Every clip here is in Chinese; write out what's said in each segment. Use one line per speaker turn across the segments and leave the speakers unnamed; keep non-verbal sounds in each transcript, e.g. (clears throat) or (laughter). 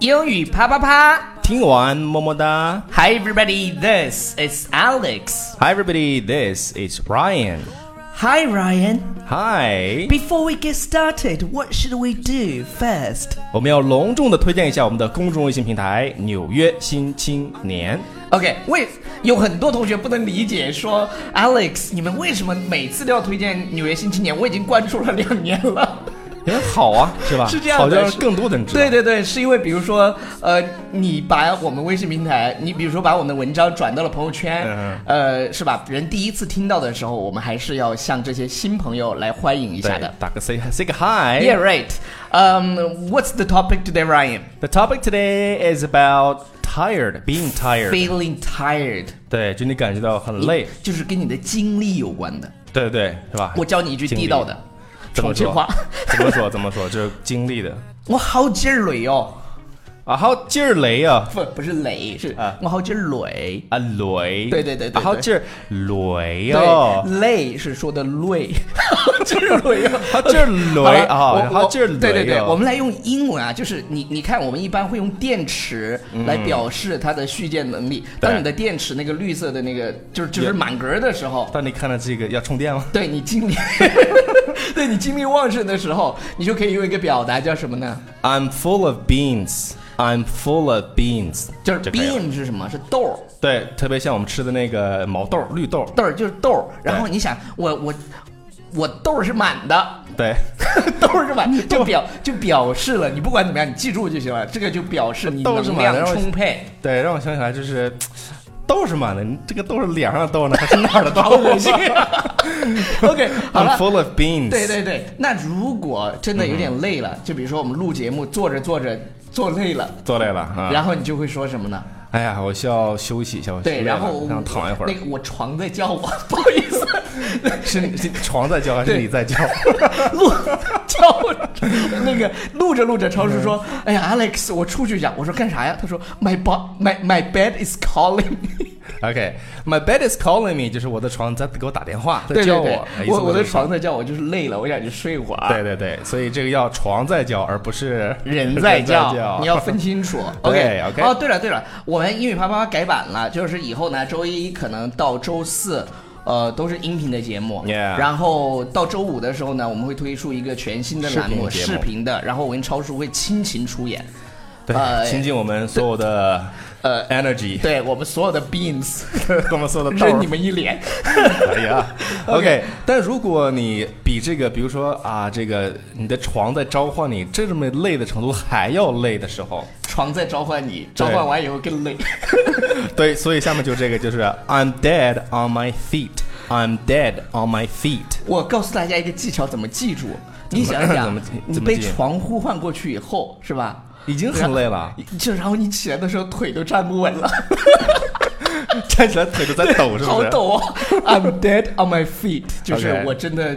英语啪啪啪
听完么么哒。
！Hi everybody, this is Alex.
Hi everybody, this is Ryan.
Hi Ryan.
Hi，
Before we get started, what should we do first?
我们要隆重的推荐一下我们的公众微信平台《纽约新青年》。
OK，为有很多同学不能理解说，Alex，你们为什么每次都要推荐《纽约新青年》？我已经关注了两年了。
也好啊，是吧？
是这样的
好像让更多的人知道。
对对对，是因为比如说，呃，你把我们微信平台，你比如说把我们的文章转到了朋友圈，
嗯
呃，是吧？人第一次听到的时候，我们还是要向这些新朋友来欢迎一下的。
打个 say say 个 hi。
Yeah, right. Um, what's the topic today, Ryan?
The topic today is about tired, being tired。
Feeling tired，
对，就你感觉到很累，
就是跟你的经历有关的。
对对，是吧？
我教你一句地道的
怎
重
么
庆
说
话，
怎么说？怎么说？就是经历的
(laughs) 我好劲儿累哦。
啊，好劲儿雷啊！
不不是雷，是
啊
我好劲儿累。
啊，雷，
对对对对对
啊好劲儿雷哦，
对，累是说的累， (laughs) 就是累啊，
好劲儿
了
雷
我
啊，
我
好劲儿雷哦，
对对对，我们来用英文啊，就是你你看，我们一般会用电池
嗯
来表示它的蓄电能力。
对
当你的电池那个绿色的那个就是就是
Yeah
满格的时候，
当你看到这个要充电吗？
对你精力， (laughs) 对你精力旺盛的时候，你就可以用一个表达叫什么呢？
I'm full of beans. I'm full of beans，
就是
就可以了
bean 是什么？是豆儿。
对，特别像我们吃的那个毛豆、绿豆，
豆儿就是豆儿，然后
对
你想，我我我豆儿是满的， (laughs)
对，
豆儿是满，就表就表示了，你不管怎么样，你记住就行了。这个就表示你
豆儿是
能
满的
量
然后
充
(laughs)
沛。
对，让我想起来就是豆是满的，你这个豆是脸上的豆呢，还是哪儿的
(laughs)
豆？
好恶心啊 OK，好
I'm
了。
哦 full of 嗯 beans。
对对对，那如果真的有点累了，就比如说我们录节目做着做着做累了，
做累了啊！
然后你就会说什么呢？
哎呀，我需要休息一下，我
对，
累了
然后
想躺一会儿
那。个我床在叫我，不好意思，
是你是 (laughs) 床在叫还是
对
你在叫？ (laughs)
录叫我那个录着录着，超叔说：“哎
嗯
呀，Alex，我出去一下。”我说：“干啥呀？”他说：“My bo my my bed is calling。
OK, my bed is calling me，就是我的床在给我打电话，”在
对对
叫
对
我。，哎
我我的
意思就是
床在叫我，就是累了，我想去睡会儿。
对对对，所以这个要床在叫，而不是 (laughs)
人在叫，
叫
你要分清楚。
对
OK
，OK
哦，对了对了，我们英语啪啪啪改版了，就是以后呢，周一可能到周四。呃，都是音频的节目
Yeah
然后到周五的时候呢，我们会推出一个全新的栏目，
视频节
视
目
频的，然后我跟超叔会亲情出演，呃
(laughs) 对，倾尽我们所有的 (laughs)
呃，
energy，
对我们所有的
(laughs)
beans
我们所有的豆
扔你
儿。
们一
(laughs)
脸。(laughs)
哎呀，OK，但如果你比这个，比如说啊，这个你的床在召唤你，这么累的程度还要累的时
(laughs)
候，
床在召唤你，召唤完以后更累。 (laughs)
对，所以下面就这个就是 I'm dead on my feet。I'm dead on my feet。
我告诉大家一个技巧，怎么记住？你想一
(laughs) 怎
想
么记，
你
怎么
被
记
床呼唤过去以后，是吧？
已经很
啊
累了，
就然后你起来的时候腿都站不稳了，
站起来腿都在抖，是不
好
是？
抖
(laughs)
哦。I'm dead on my feet，就是
OK
我真的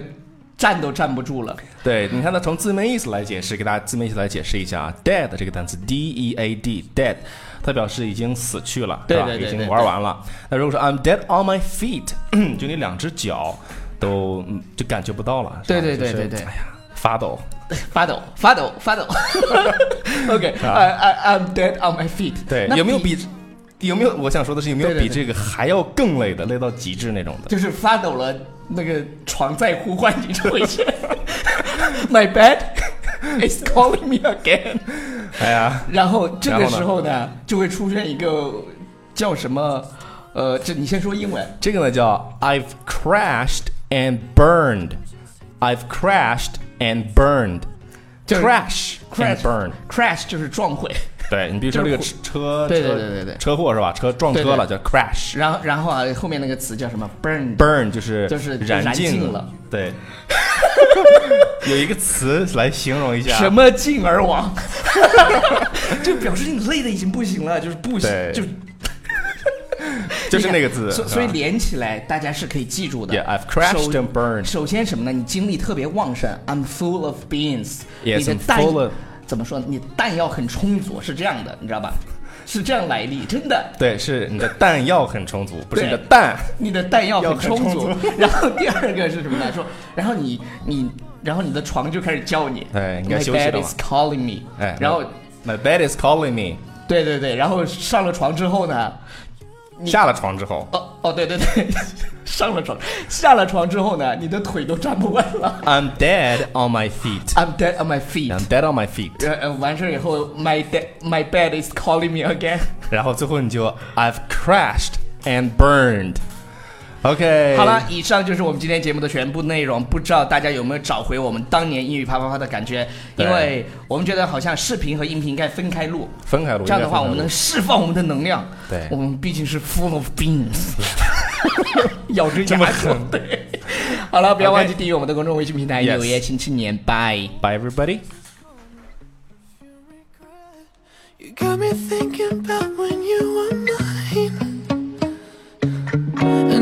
站都站不住了。
对，你看它从字面意思来解释，给大家字面意思来解释一下啊，dead 这个单词，d e a d dead，它表示已经死去了，
对
是吧
对对
已
对
经
对
玩完了。那如果说 I'm dead on my feet，就 (clears throat) 你两只脚都嗯就感觉不到了，是
对
吧
对对
就是
对对
哎呀，发抖。
发抖，发抖，发抖。OK，I I I'm dead on my feet。
啊对，
那
有没有比有没有？我想说的是，有没有
对对
比这个还要更累的，累到极致那种的？
就是发抖了，那个床在呼唤你回去。My bed is calling me again。 (laughs)
哎呀，
然后这个
然后呢
时候呢，就会出现一个叫什么？呃，这你先说英文。
这个呢叫 I've crashed and burned。I've crashed and burned。
就是
Crash and
crash
burn。
crash 就是撞毁，
对你比如说这个
就是
车，
对对
车
对对对
车祸是吧？车撞车了
对
叫 crash，burn
然后然后啊，后面那个词叫什么？burn。
就是
就是
燃
燃尽
尽
了，
对。 (laughs) 有一个词来形容一下，
什么尽而亡， (laughs) 就表示你累的已经不行了，就是不行，
对
就
就是那个字，
所所以
是吧
连起来，大家是可以记住的。
Yeah, I've crashed
首
and burned.
首先什么呢？你精力特别旺盛，I'm full of beans。
Yes,
你的
I'm
弹
full of-
怎么说？你弹药很充足，是这样的，你知道吧？是这样来历，真的。
对，是你的弹药很充
(laughs)
足，不是你的
对
蛋，
你的弹药
要
很
很
充足
充。
(laughs) 然后第二个是什么来
(laughs)
说？然后你你然后你的床就开始叫你，
对应该
My
哎休息了
bed is calling me。
哎
然后
My bed is calling me。
对对对，然后上了床之后呢，
下了床之后
哦哦对对对， (laughs) 上了床，下了床之后呢，你的腿都站不稳了。
，I'm dead on my feet。
I'm dead on my feet。
I'm dead on my feet。
呃呃，完事儿以后，my dad my bed is calling me again。
然后最后你就 I've crashed and burned。OK，
好了，，以上就是我们今天节目的全部内容。不知道大家有没有找回我们当年英语啪啪啪的感觉？
对
因为我们觉得好像视频和音频应该分开录，
分开录。
这样的话
应
我
该分开录
们能释放我们的能量。
对
我们毕竟是 full of beans，咬 (laughs) 着
这么
牙说
狠。
对。好了，不要
OK
忘记订阅我们的公众微信平台《
Yes
纽约新青年》，拜。
Bye everybody。
You got me thinking about when you were mine. And